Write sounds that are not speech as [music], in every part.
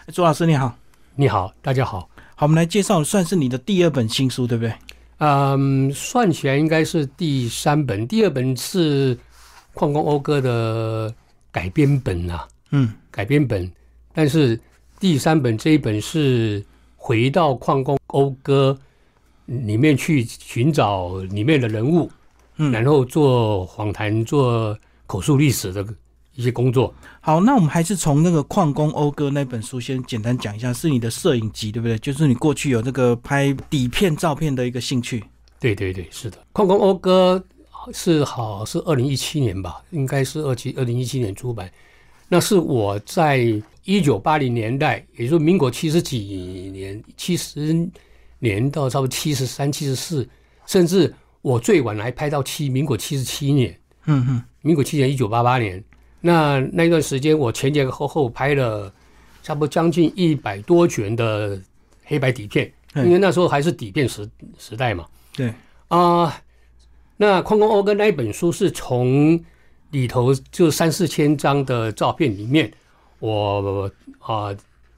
哎朱老师你好，你好，大家好。好，我们来介绍，算是你的第二本新书，对不对？嗯，算起来应该是第三本，第二本是矿工讴歌的改编本啊，嗯，改编本。但是第三本这一本是回到矿工讴歌里面去寻找里面的人物，嗯然后做访谈、做口述历史的一些工作。好，那我们还是从那个矿工讴歌那本书先简单讲一下，是你的摄影集，对不对？就是你过去有这个拍底片照片的一个兴趣。对对对，是的，矿工讴歌是好是二零一七年吧，应该是二七二零一七年出版。那是我在一九八零年代，也就是民国七十几年、七十年到差不多七十三、七十四，甚至我最晚还拍到七民国七十七年，嗯嗯，民国七年一九八八年。那那一段时间，我前前后后拍了差不多将近一百多卷的黑白底片，嗯因为那时候还是底片时时代嘛。对，啊、那《矿工欧根》那一本书是从里头就三四千张的照片里面，我啊、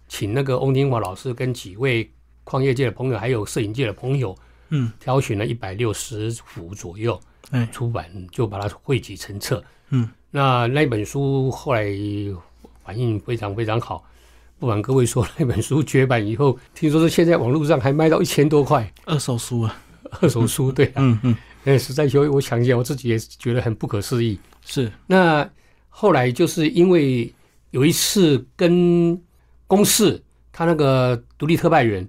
请那个翁金华老师跟几位矿业界的朋友，还有摄影界的朋友，嗯，挑选了一百六十幅左右，哎出版就把它汇集成册。嗯，那那本书后来反应非常非常好。不瞒各位说，那本书绝版以后，听说是现在网络上还卖到一千多块二手书啊。二手书，对啊，嗯嗯，哎，实在有我想起来，我自己也觉得很不可思议。是，那后来就是因为有一次跟公示他那个独立特派员，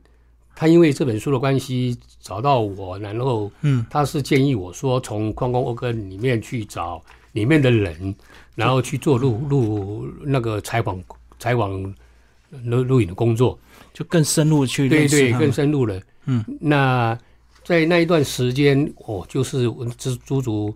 他因为这本书的关系找到我，然后嗯，他是建议我说从矿工欧根里面去找里面的人，然后去做录录那个采访采访录录影的工作。就更深入去对认识对，他更们。深入了。嗯，那在那一段时间，我就是我只足足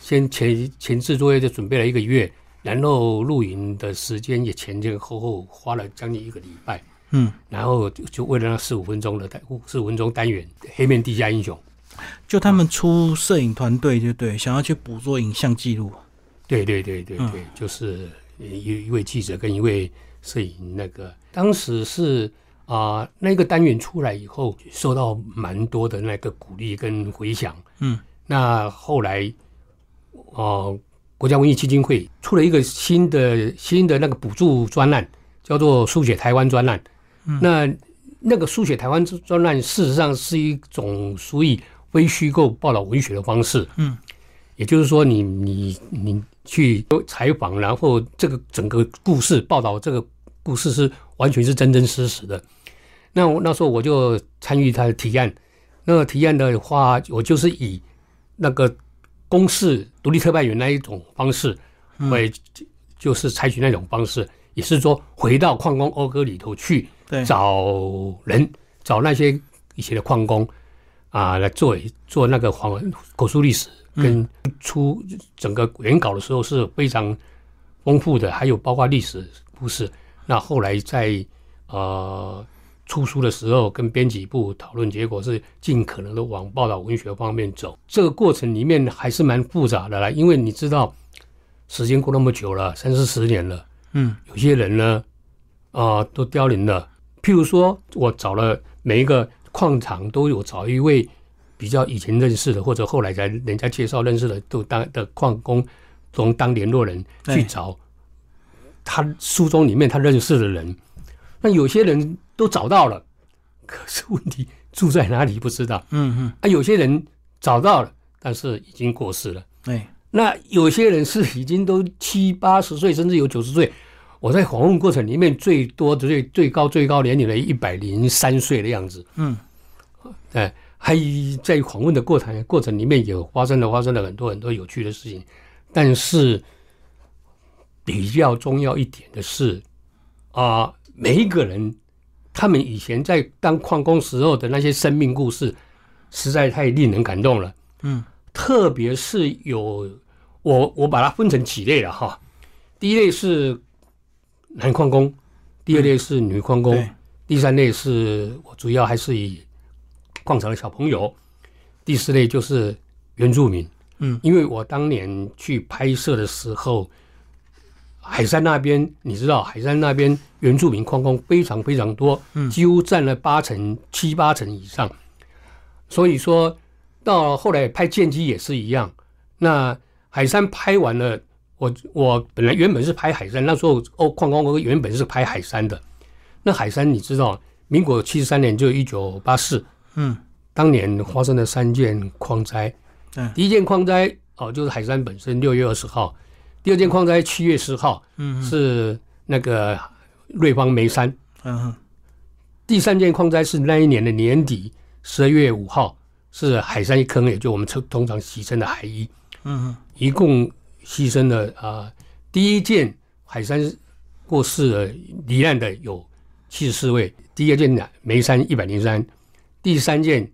先前前置作业就准备了一个月，然后露营的时间也前前后后花了将近一个礼拜，嗯，然后就就为了那十五分钟的单十五分钟单元《黑面地下英雄》。就他们出摄影团队，就对，想要去捕捉影像记录。对对对对对，就是一一位记者跟一位摄影那个，当时是啊、那个单元出来以后，受到蛮多的那个鼓励跟回响。嗯，那后来哦、国家文艺基金会出了一个新的新的那个补助专案，叫做“书写台湾”专案。嗯，那那个“书写台湾”专案，事实上是一种属于非虚构报道文学的方式。嗯，也就是说你，你你去采访，然后这个整个故事报道这个故事是完全是真真实实的。那我那时候我就参与他的提案，那个提案的话，我就是以那个公示独立特派员那一种方式，我也就是采取那种方式，也是说回到矿工讴歌里头去对，找人，找那些以前的矿工啊来做做那个黄口述历史，嗯跟出整个原稿的时候是非常丰富的，还有包括历史故事。那后来在呃出书的时候，跟编辑部讨论，结果是尽可能的往报道文学方面走。这个过程里面还是蛮复杂的啦，因为你知道时间过那么久了，三四十年了，嗯，有些人呢，啊、都凋零了。譬如说，我找了每一个矿场都有找一位比较以前认识的，或者后来才人家介绍认识的，都当的矿工从当联络人对去找他书中里面他认识的人。那有些人都找到了，可是问题住在哪里不知道。嗯啊，有些人找到了，但是已经过世了。嗯，哎，那有些人是已经都七八十岁，甚至有九十岁。我在访问过程里面，最多的最最高最高年龄的一百零三岁的样子。嗯，哎，还在访问的过程过程里面，有发生了发生了很多很多有趣的事情。但是比较重要一点的是，啊、每一个人他们以前在当矿工时候的那些生命故事，实在太令人感动了。嗯，特别是有我我把它分成几类了哈。第一类是男矿工，第二类是女矿工，嗯对，第三类是我主要还是以矿场的小朋友，第四类就是原住民。嗯，因为我当年去拍摄的时候，海山那边，你知道海山那边原住民矿工非常非常多，几乎占了八成七八成以上。所以说到后来拍剑姬也是一样。那海山拍完了，我我本来原本是拍海山，那时候哦矿工哥原本是拍海山的。那海山你知道，民国七十三年就一九八四，嗯，当年发生了三件矿灾。嗯第一件矿灾哦，就是海山本身六月二十号，第二件矿灾七月十号，嗯是那个瑞芳梅山。嗯第三件矿灾是那一年的年底十二月五号，是海山一坑，也就我们通通常俗称的海一，嗯一共牺牲了啊、呃第一件海山过世的罹难的有七十四位，第二件呢梅山一百零三，第三件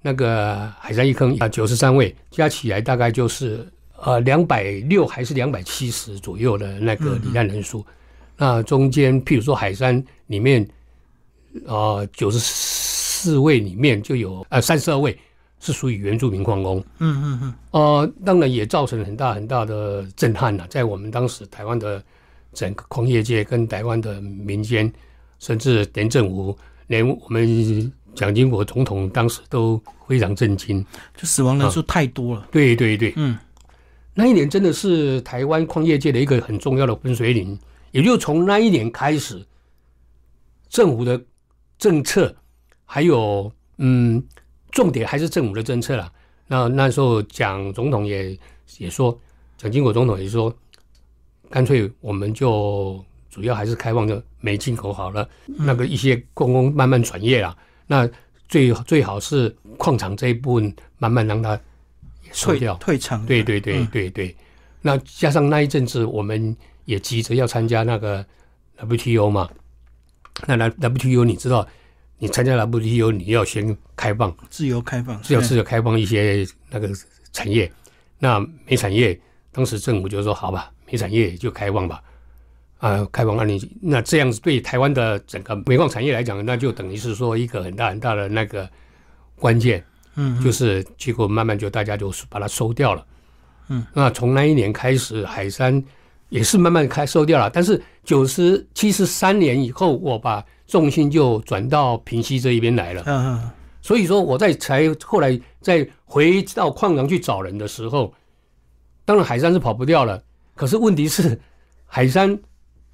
那个海山一坑啊九十三位，加起来大概就是呃两百六还是两百七十左右的那个罹难人数。那中间譬如说海山里面，呃九十四位里面就有呃三十二位是属于原住民矿工。嗯嗯嗯呃，当然也造成很大很大的震撼呐、在我们当时台湾的整个矿业界跟台湾的民间，甚至连政府，连我们蒋经国总统当时都非常震惊。就死亡人数太多了。对对对，嗯那一年真的是台湾矿业界的一个很重要的分水岭，也就从那一年开始，政府的政策还有嗯，重点还是政府的政策啦。那那时候蒋总统也也说，蒋经国总统也说，干脆我们就主要还是开放的煤进口好了，那个一些公工慢慢转业啦，那最最好是矿场这一部分慢慢让它也收退掉。退场。对对对嗯对对，那加上那一阵子，我们也急着要参加那个 WTO 嘛。那 WTO 你知道，你参加 WTO 你要先开放，自由开放。要是要开放一些那个产业。那煤产业，当时政府就说好吧，煤产业就开放吧。啊、开放那你那这样子对台湾的整个煤矿产业来讲，那就等于是说一个很大很大的那个关键。嗯就是结果慢慢就大家就是把它收掉了。嗯，那从那一年开始，海山也是慢慢开收掉了。但是九十七十三年以后，我把重心就转到平西这一边来了。嗯嗯所以说，我在才后来再回到矿场去找人的时候，当然海山是跑不掉了。可是问题是，海山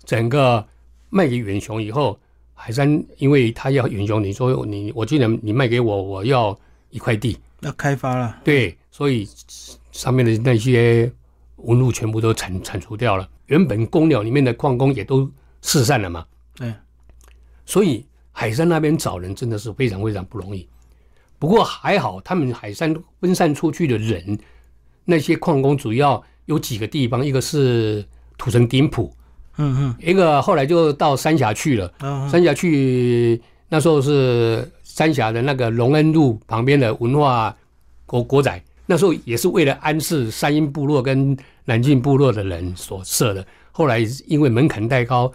整个卖给远雄以后，海山因为他要远雄，你说你我既然你卖给我，我要一块地，要开发了。对，所以上面的那些纹路全部都铲铲除掉了，原本公鸟里面的矿工也都四散了嘛。对，所以海山那边找人真的是非常非常不容易。不过还好，他们海山分散出去的人，那些矿工主要有几个地方，一个是土城顶埔，嗯嗯一个后来就到三峡去了。嗯三峡去那时候是三峡的那个隆恩路旁边的文化国国宅，那时候也是为了安置三阴部落跟南靖部落的人所设的。后来因为门槛太高，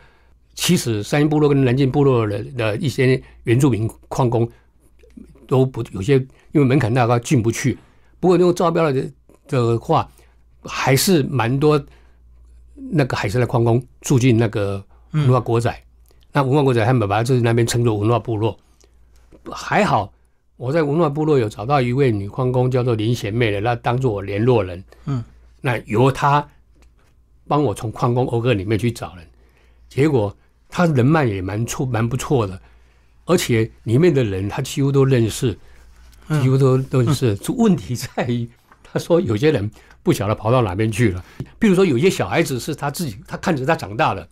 其实三阴部落跟南靖部落的的一些原住民矿工都不有些因为门槛太高进不去。不过用招标的的话，还是蛮多那个海参的矿工住进那个文化国宅。那文化国仔他们把就是那边称作文化部落。还好，我在文化部落有找到一位女矿工，叫做林贤妹的，那当做我联络人。嗯，那由她帮我从矿工欧哥里面去找人，结果她人脉也蛮错，蛮不错的，而且里面的人她几乎都认识，几乎都都认识。这问题在于，她说有些人不晓得跑到哪边去了，比如说有些小孩子是她自己，她看着他长大的，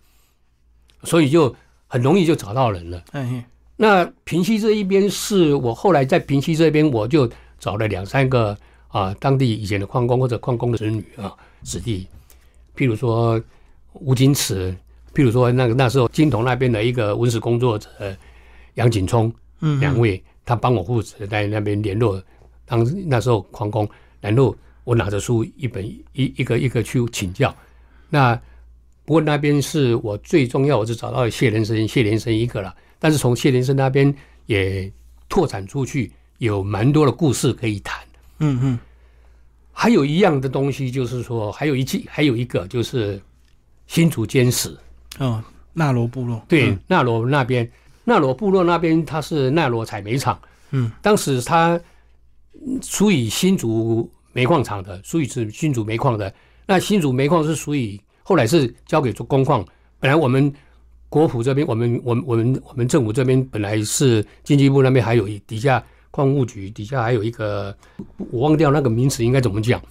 所以就很容易就找到人了。嗯，那平西这一边是我后来在平西这边，我就找了两三个啊，当地以前的矿工或者矿工的子女啊子弟，譬如说吴金池，譬如说那个那时候金铜那边的一个文史工作者杨景聪，嗯两位他帮我负责在那边联络，当时那时候矿工，然后我拿着书一本一一个一个去请教，那。不过那边是我最重要，我是找到了谢连生，谢连生一个了。但是从谢连生那边也拓展出去，有蛮多的故事可以谈。嗯嗯还有一样的东西，就是说，还有一季，还有一个就是新竹尖石，嗯，纳罗部落，对嗯，纳罗那边，纳罗部落那边它是纳罗采煤厂，嗯，当时它嗯属于新竹煤矿厂的，属于是新竹煤矿的。那新竹煤矿是属于后来是交给做工矿，本来我们国府这边，我们我们我们我们政府这边本来是经济部那边还有一底下矿务局底下还有一个，我忘掉那个名词应该怎么讲。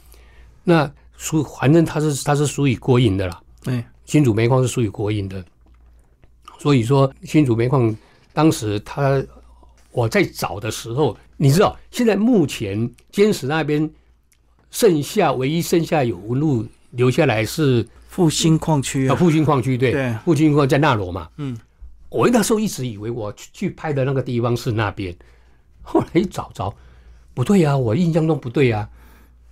那属反正它是它是属于国营的啦，对，新竹煤矿是属于国营的，所以说新竹煤矿当时它我在找的时候，你知道现在目前坚石那边剩下唯一剩下有纹路留下来是复兴矿区啊啊，复兴矿区对，对复兴矿在纳罗嘛，嗯，我那时候一直以为我去去拍的那个地方是那边， [laughs] 后来一找着不对呀、我印象中不对呀、啊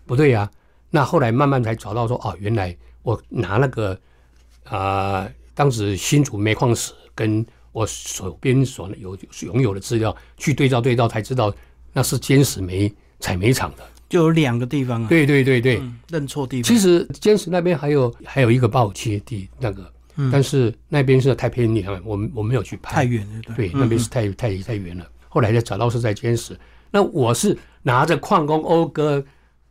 不对呀、啊那后来慢慢才找到说哦，原来我拿那个啊、当时新竹煤矿史跟我手边所有拥有的资料去对照对照，才知道那是坚石煤采煤厂的。就有两个地方啊，对对对对，嗯，认错地方其，实坚持那边还有还有一个爆切地那个，但是那边是太偏远了，我们我没有去嗯太拍，远了，嗯对不对对，，那边是太太太远了。后来才找到是在坚持，那我是拿着矿工讴歌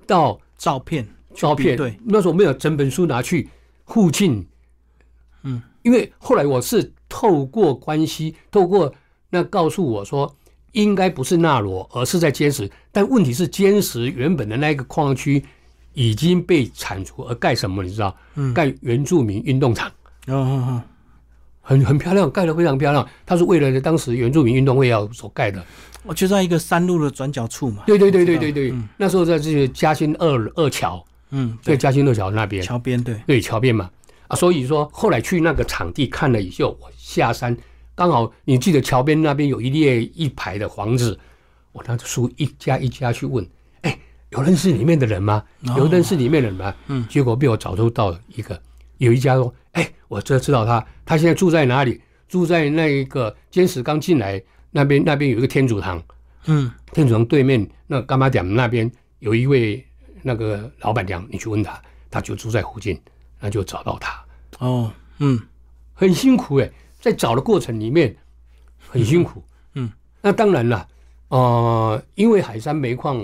到照片，照片，对，那时候没有整本书拿去附近，嗯，因为后来我是透过关系，透过那告诉我说。应该不是纳罗，而是在坚石。但问题是，坚石原本的那个矿区已经被铲除，而盖什么？你知道？嗯，盖原住民运动场，哦哦很很漂亮，盖得非常漂亮。它是为了当时原住民运动会要所盖的。哦，我就在一个山路的转角处嘛，对对对我知对道对对，那时候在这个嘉兴二二桥，嗯，在对，嘉兴二桥那边，桥边对，对桥边嘛。啊，所以说后来去那个场地看了以后，我下山刚好你记得桥边那边有一列一排的房子，我拿着书一家一家去问，哎，有认识里面的人吗？有认识里面的人吗？哦嗯，结果被我找出到一个，有一家说，哎，我这知道他，他现在住在哪里？住在那一个坚石刚进来那边，那边有一个天主堂，嗯，天主堂对面那干妈点那边有一位那个老板娘，你去问她，她就住在附近，那就找到她，哦，嗯，很辛苦哎、在找的过程里面很辛苦，嗯嗯，那当然了，呃，因为海山煤矿，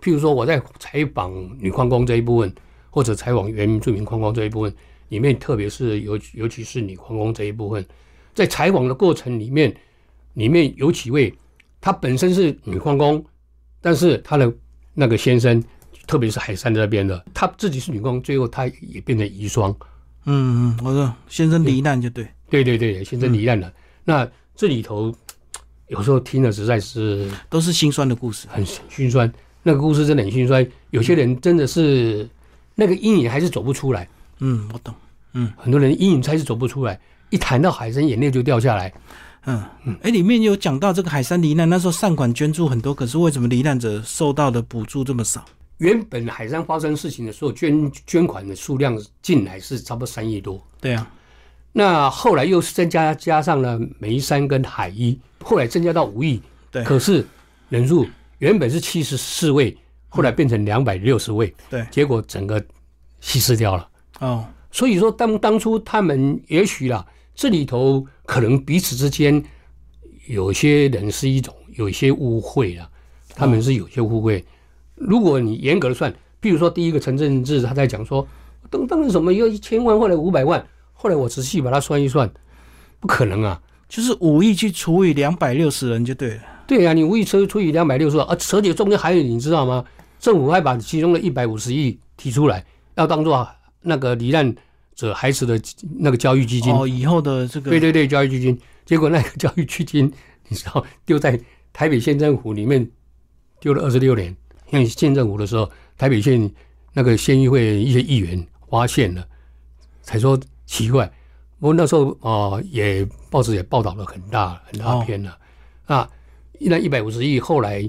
譬如说我在采访女矿工这一部分，或者采访原住民矿工这一部分里面，特别是尤尤其是女矿工这一部分，在采访的过程里面，里面有几位她本身是女矿工，但是她的那个先生，特别是海山这边的，她自己是女矿工，最后她也变成遗孀。嗯嗯，我说先生罹难就对，对对对，先生罹难了。那这里头呃有时候听了实在是都是心酸的故事，很心酸，那个故事真的很心酸。有些人真的是那个阴影还是走不出来，嗯，我懂，很多人阴影还是走不出来。一谈到海参，眼泪就掉下来。嗯，哎，里面有讲到这个海山罹难，那时候善款捐助很多，可是为什么罹难者受到的补助这么少？原本海上发生事情的时候，捐捐款的数量进来是差不多三亿多，对啊，那后来又增加加上了眉山跟海一，后来增加到五亿，对可是人数原本是七十四位，后来变成两百六十位，嗯对结果整个稀释掉了。哦，所以说当当初他们也许啦，这里头可能彼此之间有些人是一种有一些误会啊，他们是有些误会。如果你严格的算，比如说第一个陈政志他在讲说，当当时什么要一千万，后来五百万，后来我仔细把它算一算，不可能啊。就是五亿去除以两百六十人就对了，对啊呀、你无意车除以两百六十啊，而且中间还有你知道吗？政府还把其中的一百五十亿提出来，要当做啊那个罹难者孩子的那个教育基金。哦，以后的这个对对对，教育基金。结果那个教育基金， [laughs] 你知道丢在台北县政府里面丢了二十六年。像县政府的时候，台北县那个县议会一些议员发现了，才说奇怪。我那时候啊、呃也报纸也报道了很大很大篇了、啊。那一百五十亿后来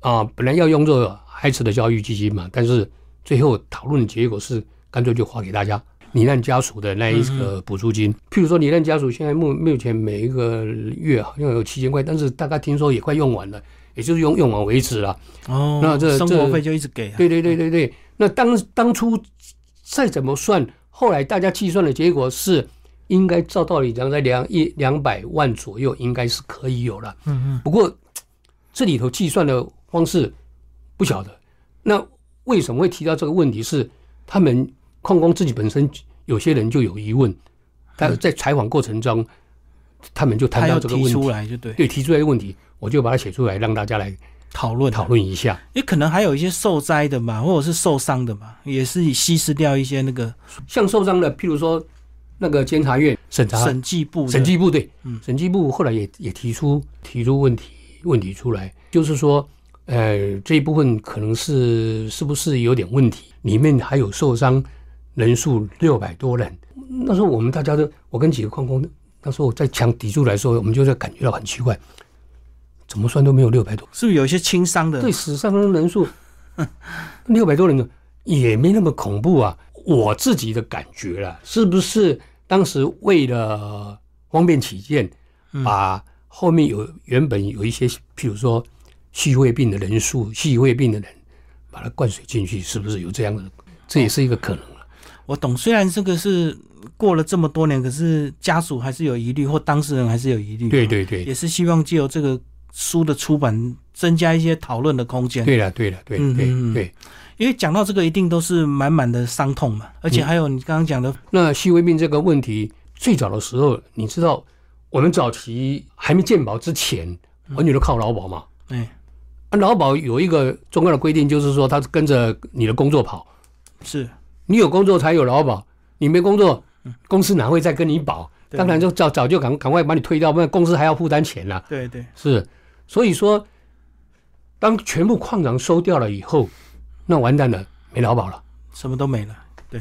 啊、本来要用作孩子的教育基金嘛，但是最后讨论结果是干脆就划给大家罹难家属的那一个补助金。譬如说罹难家属现在目目前每一个月好像有七千块，但是大概听说也快用完了，也就是用用完为止了。哦，那这生这活费就一直给啊，对对对对对，那当当初再怎么算，后来大家计算的结果是，应该照道理讲，在两一两百万左右应该是可以有了。嗯嗯，不过这里头计算的方式不晓得。那为什么会提到这个问题是？他们矿工自己本身有些人就有疑问，但在采访过程中，他们就嗯他谈要到这个问提出题，来就对，对提出来的问题，我就把它写出来，让大家来讨论讨。论一下。也可能还有一些受灾的嘛，或者是受伤的嘛，也是稀释掉一些那个像受伤的，譬如说那个监察院审查审计部的审计部对嗯，审计部后来也也提出提出问题问题出来，就是说，呃，这一部分可能是是不是有点问题，里面还有受伤人数六百多人。那时候我们大家都，我跟几个矿工，那时候在墙抵住来的时候，我们就在感觉到很奇怪，怎么算都没有六百多，是不是有一些轻伤的？对死伤的人数 [laughs] 六百多人呢，也没那么恐怖啊。我自己的感觉啦，是不是当时为了方便起见，嗯把后面有原本有一些，譬如说细胃病的人数、细胃病的人，把它灌水进去，是不是有这样的？这也是一个可能哦了。我懂，虽然这个是过了这么多年，可是家属还是有疑虑，或当事人还是有疑虑。对，对对，也是希望借由这个书的出版，增加一些讨论的空间。对了对了对嗯嗯嗯对对。因为讲到这个，一定都是满满的伤痛嘛，而嗯且还有你刚刚讲的，那细胃病这个问题，最早的时候，你知道，我们早期还没健保之前，嗯完全都靠劳保嘛。哎，啊，劳保有一个中央的规定，就是说它是跟着你的工作跑，是你有工作才有劳保，你没工作，公司哪会再跟你保？对当然就早早就赶赶快把你推掉，不然公司还要负担钱啦、对对，是，所以说，当全部矿场收掉了以后，那完蛋了，没劳保了。什么都没了。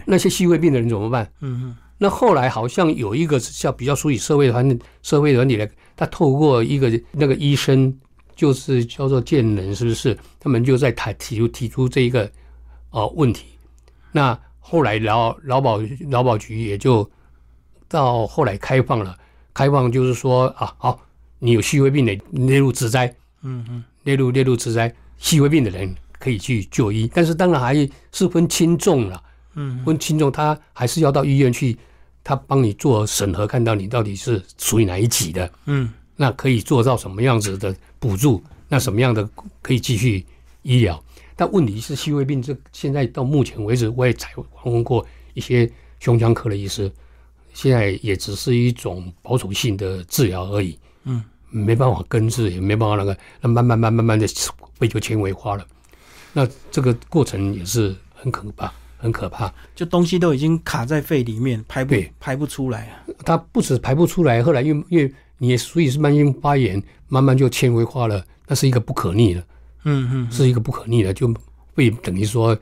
那些细胃病的人怎么办？嗯嗯，那后来好像有一个叫比较属于社会团社会团体的，他透过一个那个医生，就是叫做健人，是不是？他们就在谈提出提出这一个呃问题。那后来劳劳保劳保局也就到后来开放了，开放就是说啊，好，你有细微病的列入职灾，嗯嗯，列入列入职灾，细微病的人可以去就医，但是当然还是分轻重了。嗯，分轻重，他还是要到医院去，他帮你做审核，看到你到底是属于哪一级的，嗯，那可以做到什么样子的补助，那什么样的可以继续医疗。但问题是，细胃病这现在到目前为止，我也采访过一些胸腔科的医师，现在也只是一种保守性的治疗而已，嗯，没办法根治，也没办法那个，那慢慢慢慢慢的肺就纤维化了，那这个过程也是很可怕，很可怕。就东西都已经卡在肺里面，排不对排不出来啊。它不止排不出来，后来因为因为你也所以是慢性发炎，慢慢就纤维化了，那是一个不可逆的，嗯嗯，是一个不可逆的，就会等于说，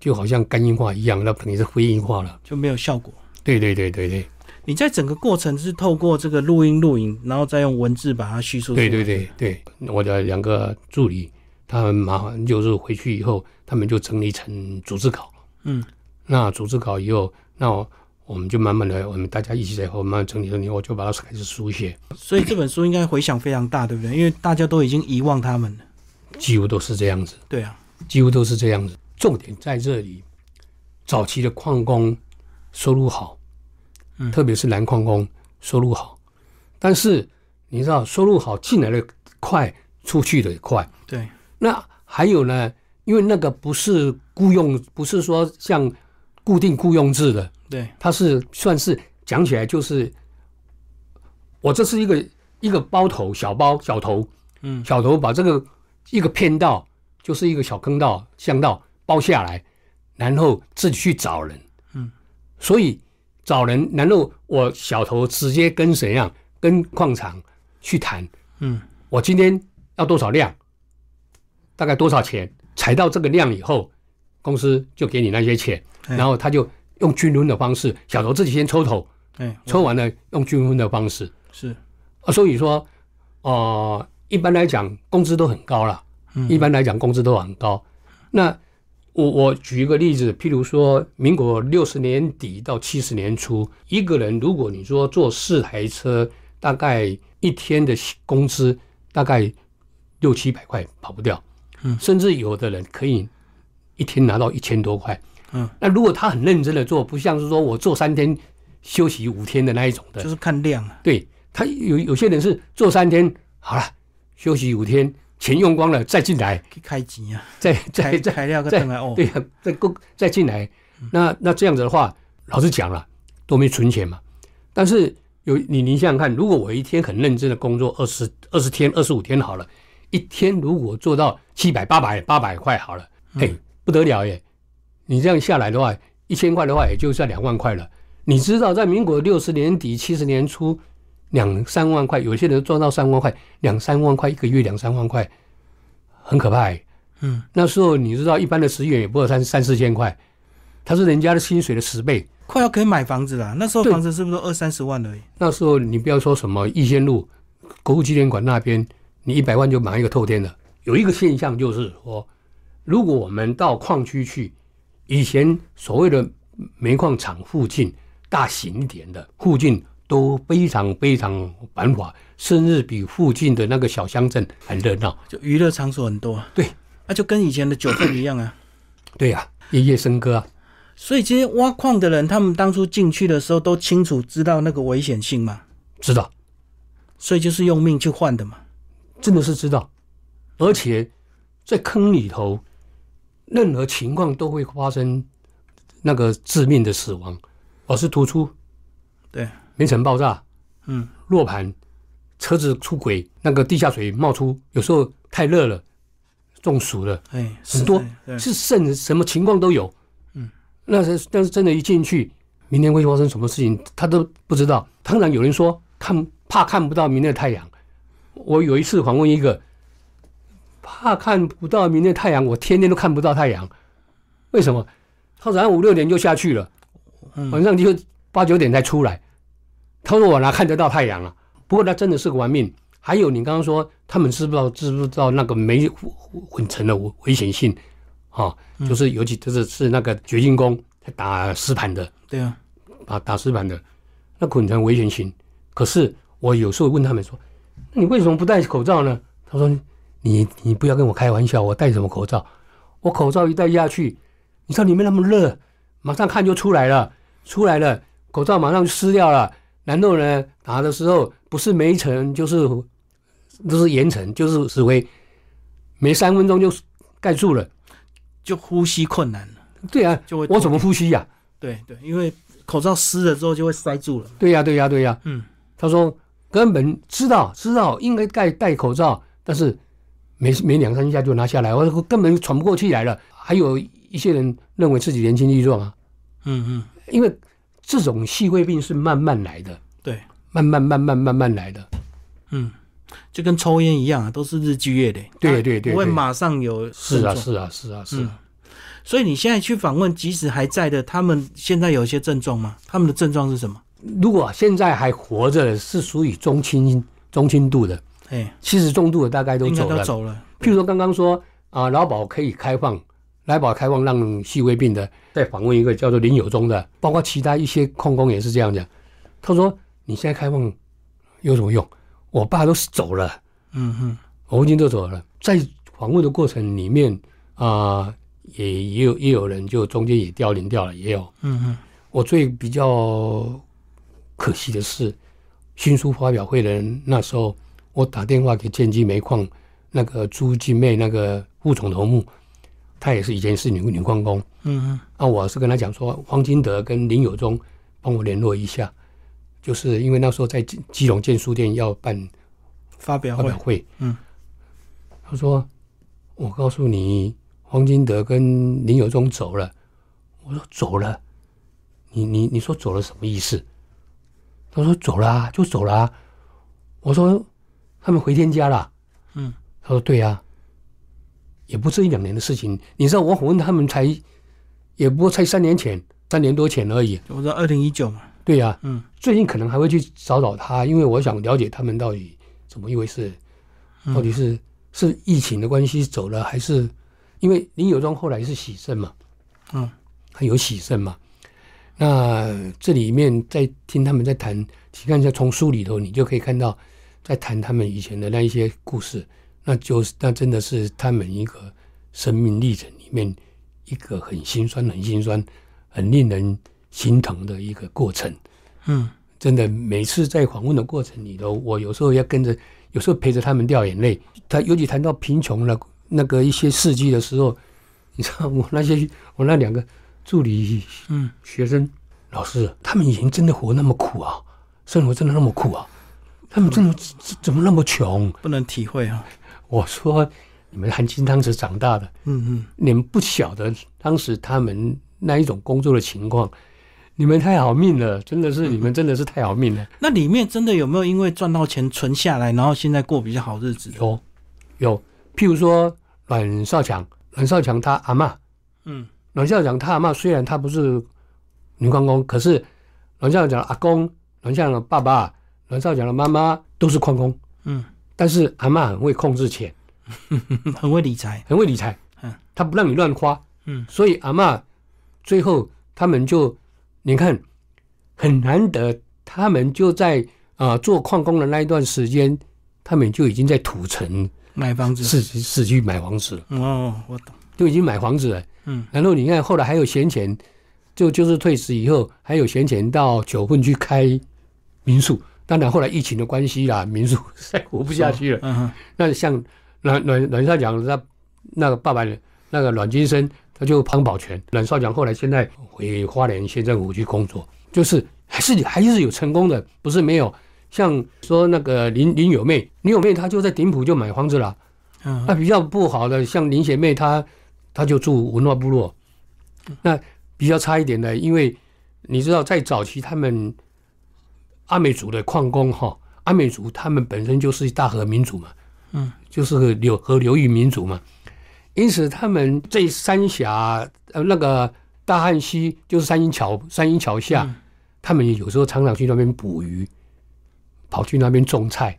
就好像肝硬化一样，那等于是灰硬化了。就没有效果。对对对对对你在整个过程是透过这个录音、录影，然后再用文字把它叙述出来。对对对对，我的两个助理，他们麻烦就是回去以后，他们就整理成组织稿。嗯，那组织稿以后，那我我们就慢慢的，我们大家一起在后慢慢整理整理，我就把它开始书写，所以这本书应该回响非常大，对不对？因为大家都已经遗忘他们了。几乎都是这样子。对啊，几乎都是这样子。重点在这里，早期的矿工收入好，嗯特别是男矿工收入好，但是你知道收入好进来的快，出去的也快。对，那还有呢，因为那个不是雇佣，不是说像固定雇佣制的，对，它是算是讲起来就是，我这是一个一个包头小包小头，嗯小头把这个一个片道，就是一个小坑道、巷道包下来，然后自己去找人。嗯，所以找人，然后我小头直接跟谁样，跟矿场去谈，嗯，我今天要多少量，大概多少钱，采到这个量以后，公司就给你那些钱，哎然后他就用均分的方式，小头自己先抽头，哎，抽完了用均分的方式。是，啊，所以说，呃，一般来讲工资都很高啦，嗯一般来讲工资都很高。那我我举一个例子，譬如说，民国六十年底到七十年初，一个人如果你说坐四台车，大概一天的工资大概六七百块跑不掉，嗯甚至有的人可以一天拿到一千多块。嗯，那如果他很认真的做，不像是说我做三天休息五天的那一种的就，是看量啊，对他有有些人是做三天好了，休息五天，钱用光了再进来，去开机啊，再再材再材料个再等来哦，对啊，再够再进来，那那这样子的话，老实讲了，都没存钱嘛。但是有你你想想看，如果我一天很认真的工作二十二十天二十五天好了，一天如果做到七百八百八百块好了，嘿、不得了耶！你这样下来的话，一千块的话也就在两万块了。你知道，在民国六十年底七十年初，两三万块，有些人赚到三万块，两三万块一个月，两三万块，很可怕耶。嗯，那时候你知道，一般的十元也不过三三四千块，他是人家的薪水的十倍。快要可以买房子了，那时候对房子是不是都二三十万而已？那时候你不要说什么逸仙路国父纪念馆那边，你一百万就买一个透天的。有一个现象就是说，如果我们到矿区去，以前所谓的煤矿厂附近大型一点的附近都非常非常繁华，甚至比附近的那个小乡镇还热闹。就娱乐场所很多啊，对，那就跟以前的九份一样 [coughs] 啊。对呀、夜夜笙歌啊，所以这些挖矿的人，他们当初进去的时候都清楚知道那个危险性嘛，知道。所以就是用命去换的嘛。真的是知道，而且在坑里头，任何情况都会发生那个致命的死亡，而是突出对，煤层爆炸，嗯，落盘，车子出轨，那个地下水冒出，有时候太热了，中暑了，哎，很多是对，对是甚什么情况都有。嗯，那是但是真的，一进去，明天会发生什么事情，他都不知道。当然有人说看怕看不到明天的太阳，我有一次访问一个，怕看不到明天的太阳，我天天都看不到太阳，为什么？他早上五六点就下去了，嗯晚上就八九点才出来。他说我哪看得到太阳啊？不过他真的是个玩命。还有你刚刚说他们知不知道知不知道那个煤混成的危危险性？啊，就是尤其就是是那个掘进工在打石盘的，对啊，啊，打石板的，那捆成危险性。可是我有时候问他们说：“那你为什么不戴口罩呢？”他说：“你你不要跟我开玩笑，我戴什么口罩？我口罩一戴下去，你知道里面那么热，马上看就出来了，出来了，口罩马上就湿掉了。然后呢，打的时候不是煤层就是就是盐层，就是石灰，没三分钟就盖住了。就呼吸困难了，对啊，就会我怎么呼吸呀、对对，因为口罩湿了之后就会塞住了。对呀、对呀、对呀、嗯，他说根本知道知道应该戴戴口罩，但是没没两三下就拿下来，我根本喘不过气来了。还有一些人认为自己年轻力壮啊，嗯嗯，因为这种细胃病是慢慢来的，对，慢慢慢慢慢慢来的。就跟抽烟一样啊，都是日积月累。对它对对不会对马上有是症啊状。是啊是啊是啊，所以你现在去访问，即使还在的，他们现在有一些症状吗？他们的症状是什么？如果现在还活着的是属于中轻中轻度的，哎，七十中度的大概都应该走都了。走了。譬如说刚刚说啊，劳保可以开放，劳保开放让细微病的再访问一个叫做林友忠的，包括其他一些矿工也是这样讲。他说：“你现在开放有什么用？我爸都走了，嗯嗯，我父亲都走了。”在访问的过程里面啊、也也有也有人就中间也凋零掉了，也有。嗯嗯，我最比较可惜的是，新书发表会的人那时候，我打电话给建机煤矿那个朱金妹那个副总头目，她也是以前是女女矿工。嗯嗯，啊，我是跟她讲说，黄金德跟林友忠帮我联络一下，就是因为那时候在基基隆建书店要办发表发会表。会，嗯，他说：“我告诉你，黄金德跟林友忠走了。”我说：“走了？你你你说走了什么意思？”他说：“走了啊，就走了啊。”我说：“他们回天家了。”嗯，他说：“对呀、啊，也不是一两年的事情。你知道我问他们才，也不过才三年前，三年多前而已。我说二零一九嘛，对呀、嗯，最近可能还会去找找他，因为我想了解他们到底怎么一回事，到底是、是疫情的关系走了，还是因为林友忠后来是喜肾嘛，嗯，他有喜肾嘛。那这里面在听他们在谈，你看一下从书里头，你就可以看到在谈他们以前的那一些故事，那就是那真的是他们一个生命历程里面一个很心酸、很心酸、很令人心疼的一个过程。嗯，真的，每次在访问的过程里头，我有时候要跟着，有时候陪着他们掉眼泪。他尤其谈到贫穷了那个一些事迹的时候，你知道我那些 [laughs] 我那两个助理嗯学生老师，他们以前真的活那么苦啊，生活真的那么苦啊，他们真的怎怎么那么穷？不能体会啊哈。我说你们含金汤匙长大的，嗯嗯，你们不晓得当时他们那一种工作的情况，你们太好命了，真的是你们真的是太好命了。那里面真的有没有因为赚到钱存下来，然后现在过比较好日子的？有有，譬如说阮少强，阮少强他阿嬷，嗯阮少强他阿嬷虽然他不是女矿工，可是阮少强的阿公、阮少强的爸爸、阮少强的妈妈都是矿工，嗯，但是阿嬷很会控制钱，很会理财。很会理财，嗯，他不让你乱花，嗯所以阿嬷最后他们就，你看很难得，他们就在啊、呃做矿工的那一段时间，他们就已经在土城买房子。市区市区买房子了，哦，我懂。就已经买房子了。嗯然后你看后来还有闲钱，就就是退职以后还有闲钱到九份去开民宿。当然后来疫情的关系啦，民宿 [laughs] 实在活不下去了。嗯哼那像阮阮阮少强他那个爸爸那个阮金生，他就帮保全。阮少强后来现在回花莲县政府去工作，就是还是还是有成功的，不是没有。像说那个林林友妹，林友妹她就在顶埔就买房子了。嗯那比较不好的，像林姐妹她，她就住文化部落。那比较差一点的，因为你知道，在早期他们阿美族的矿工哈，阿美族他们本身就是大和民族嘛，嗯，就是个流河流域民族嘛，因此他们在三峡呃那个大汉溪，就是三阴桥三阴桥下，嗯他们有时候常常去那边捕鱼，跑去那边种菜，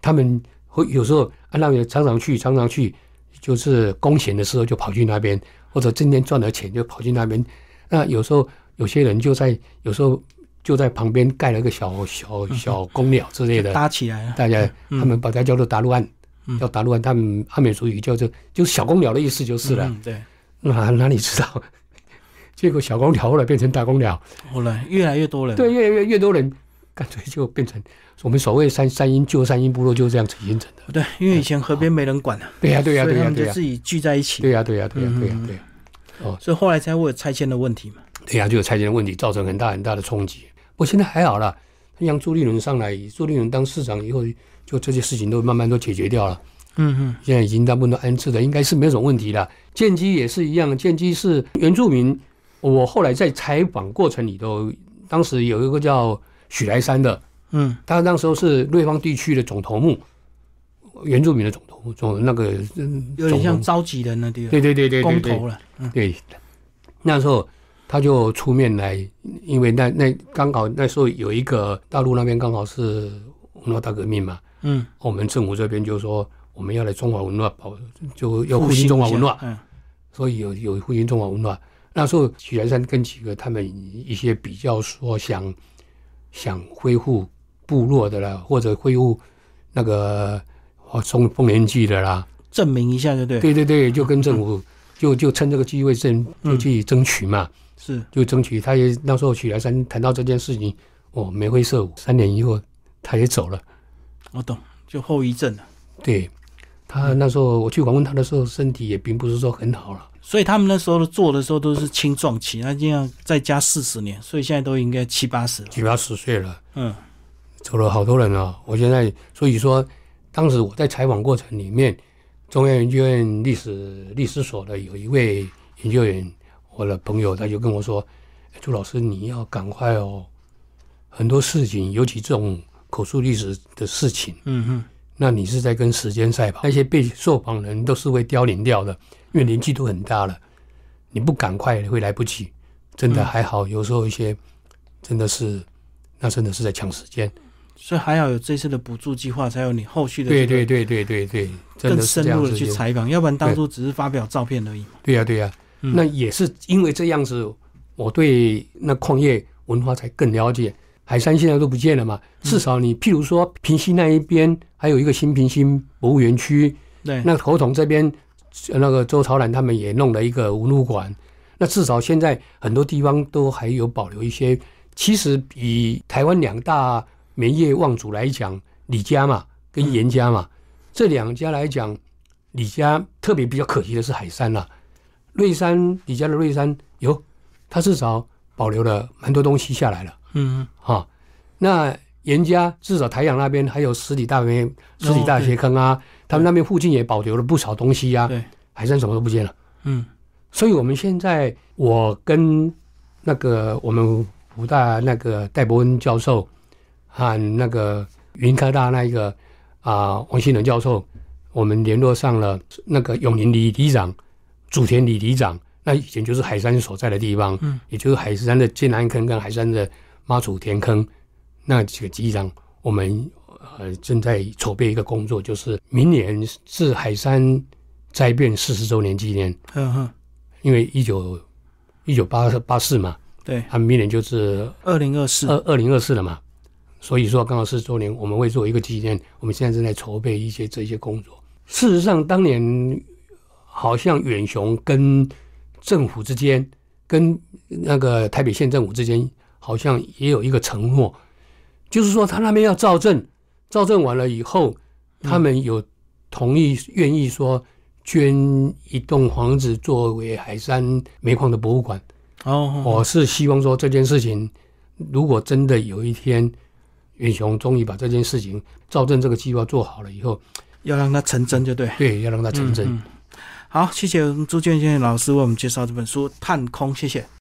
他们会有时候啊，那也常常去，常常去，就是工钱的时候就跑去那边，或者今天赚了钱就跑去那边。那有时候有些人就在，有时候就在旁边盖了个小小小公鸟之类的，搭起来啊了。大家他们把它叫做达鲁安嗯，叫达鲁安，他们阿美族语叫做就是小公鸟的意思就是了。嗯对。哪哪里知道？ [laughs] 结果小公鸟后来变成大公鸟，后来越来越多人。对，，越越越多人，干脆就变成我们所谓三三英旧三英部落就这样子形成的。对，因为以前河边没人管啊，对呀、对呀、所以对呀、他们对就呀、自己聚在一起，对呀、对呀、对呀、对呀、嗯对呀、所以后来才会有拆迁的问题嘛。对呀、就有拆迁的问题，造成很大很大的冲击。不过现在还好了，让朱立伦上来，朱立伦当市长以后，就这些事情都慢慢都解决掉了。嗯嗯现在已经大部分都安置的，应该是没有什么问题了。建基也是一样，建基是原住民。我后来在采访过程里头，当时有一个叫许来山的，嗯他那时候是瑞芳地区的总头目，原住民的总头目，总那个嗯有点像总召集人的地头方，目对对对对对公对投了。嗯对，那时候他就出面来，因为那那刚好那时候有一个大陆那边刚好是文化大革命嘛，嗯，我们政府这边就说我们要来中华文化保，就要复复兴兴一中华下文化，嗯所以有有复兴中华文化。那时候许来山跟几个他们一些比较说想想恢复部落的啦，或者恢复那个哦松丰年祭的啦，证明一下就对。对对对，就跟政府就就趁这个机会争就去争取嘛，是，就争取。他也那时候许来山谈到这件事情，哦，梅会社三年以后他也走了。我懂，就后遗症了。对他那时候我去访问他的时候，身体也并不是说很好了。所以他们那时候做的时候都是青壮期，那这样再加四十年，所以现在都应该七八十了。七八十岁了，嗯走了好多人了。我现在所以说，当时我在采访过程里面，中央研究院历史历史所的有一位研究员，我的朋友，他就跟我说：“哎朱老师，你要赶快哦，很多事情，尤其这种口述历史的事情。”嗯嗯，那你是在跟时间赛跑。那些被受访人都是会凋零掉的，因为年纪都很大了，你不赶快会来不及。真的还好，有时候一些真的是，那真的是在抢时间。所以还好有这次的补助计划，才有你后续的对这个对对对对对，真更的是深这样入子的去就采访，要不然当初只是发表照片而已嘛。对呀、对呀、啊嗯那也是因为这样子，我对那矿业文化才更了解。海山现在都不见了嘛，嗯至少你譬如说平西那一边还有一个新平西博物园区，对，那侯统这边呃那个周朝兰他们也弄了一个文物馆。那至少现在很多地方都还有保留一些。其实以台湾两大棉业望族来讲，李家嘛跟严家嘛，这两家来讲，李家特别比较可惜的是海山啦、瑞山李家的瑞山有，它至少保留了蛮多东西下来了。嗯，哈、那严家至少台阳那边还有十里大学、十里大学坑啊，他们那边附近也保留了不少东西啊。对，海山什么都不见了。嗯，所以我们现在我跟那个呃我们福大那个戴伯恩教授和那个云科大那一个啊、王新仁教授，我们联络上了啊那个永宁里里长、祖田里里长，那以前就是海山所在的地方，嗯，也就是海山的剑南坑跟海山的妈祖田坑那几个机长，我们呃正在筹备一个工作，就是明年是海山灾变四十周年纪念。呵呵，因为一九一九八八四嘛，对，他们明年就是二零二四哦二，二零二四了嘛，所以说刚好四周年，我们会做一个纪念。我们现在正在筹备一些这些工作。事实上，当年好像远雄跟政府之间，跟那个台北县政府之间，好像也有一个承诺，就是说他那边要造镇，造镇完了以后，他们有同意愿意说捐一栋房子作为海山煤矿的博物馆。哦，我是希望说这件事情，如果真的有一天，远雄终于把这件事情赵正这个计划做好了以后，要让它成真就对。嗯对，要让它成真。好，谢谢朱建建老师为我们介绍这本书《探空》，谢谢。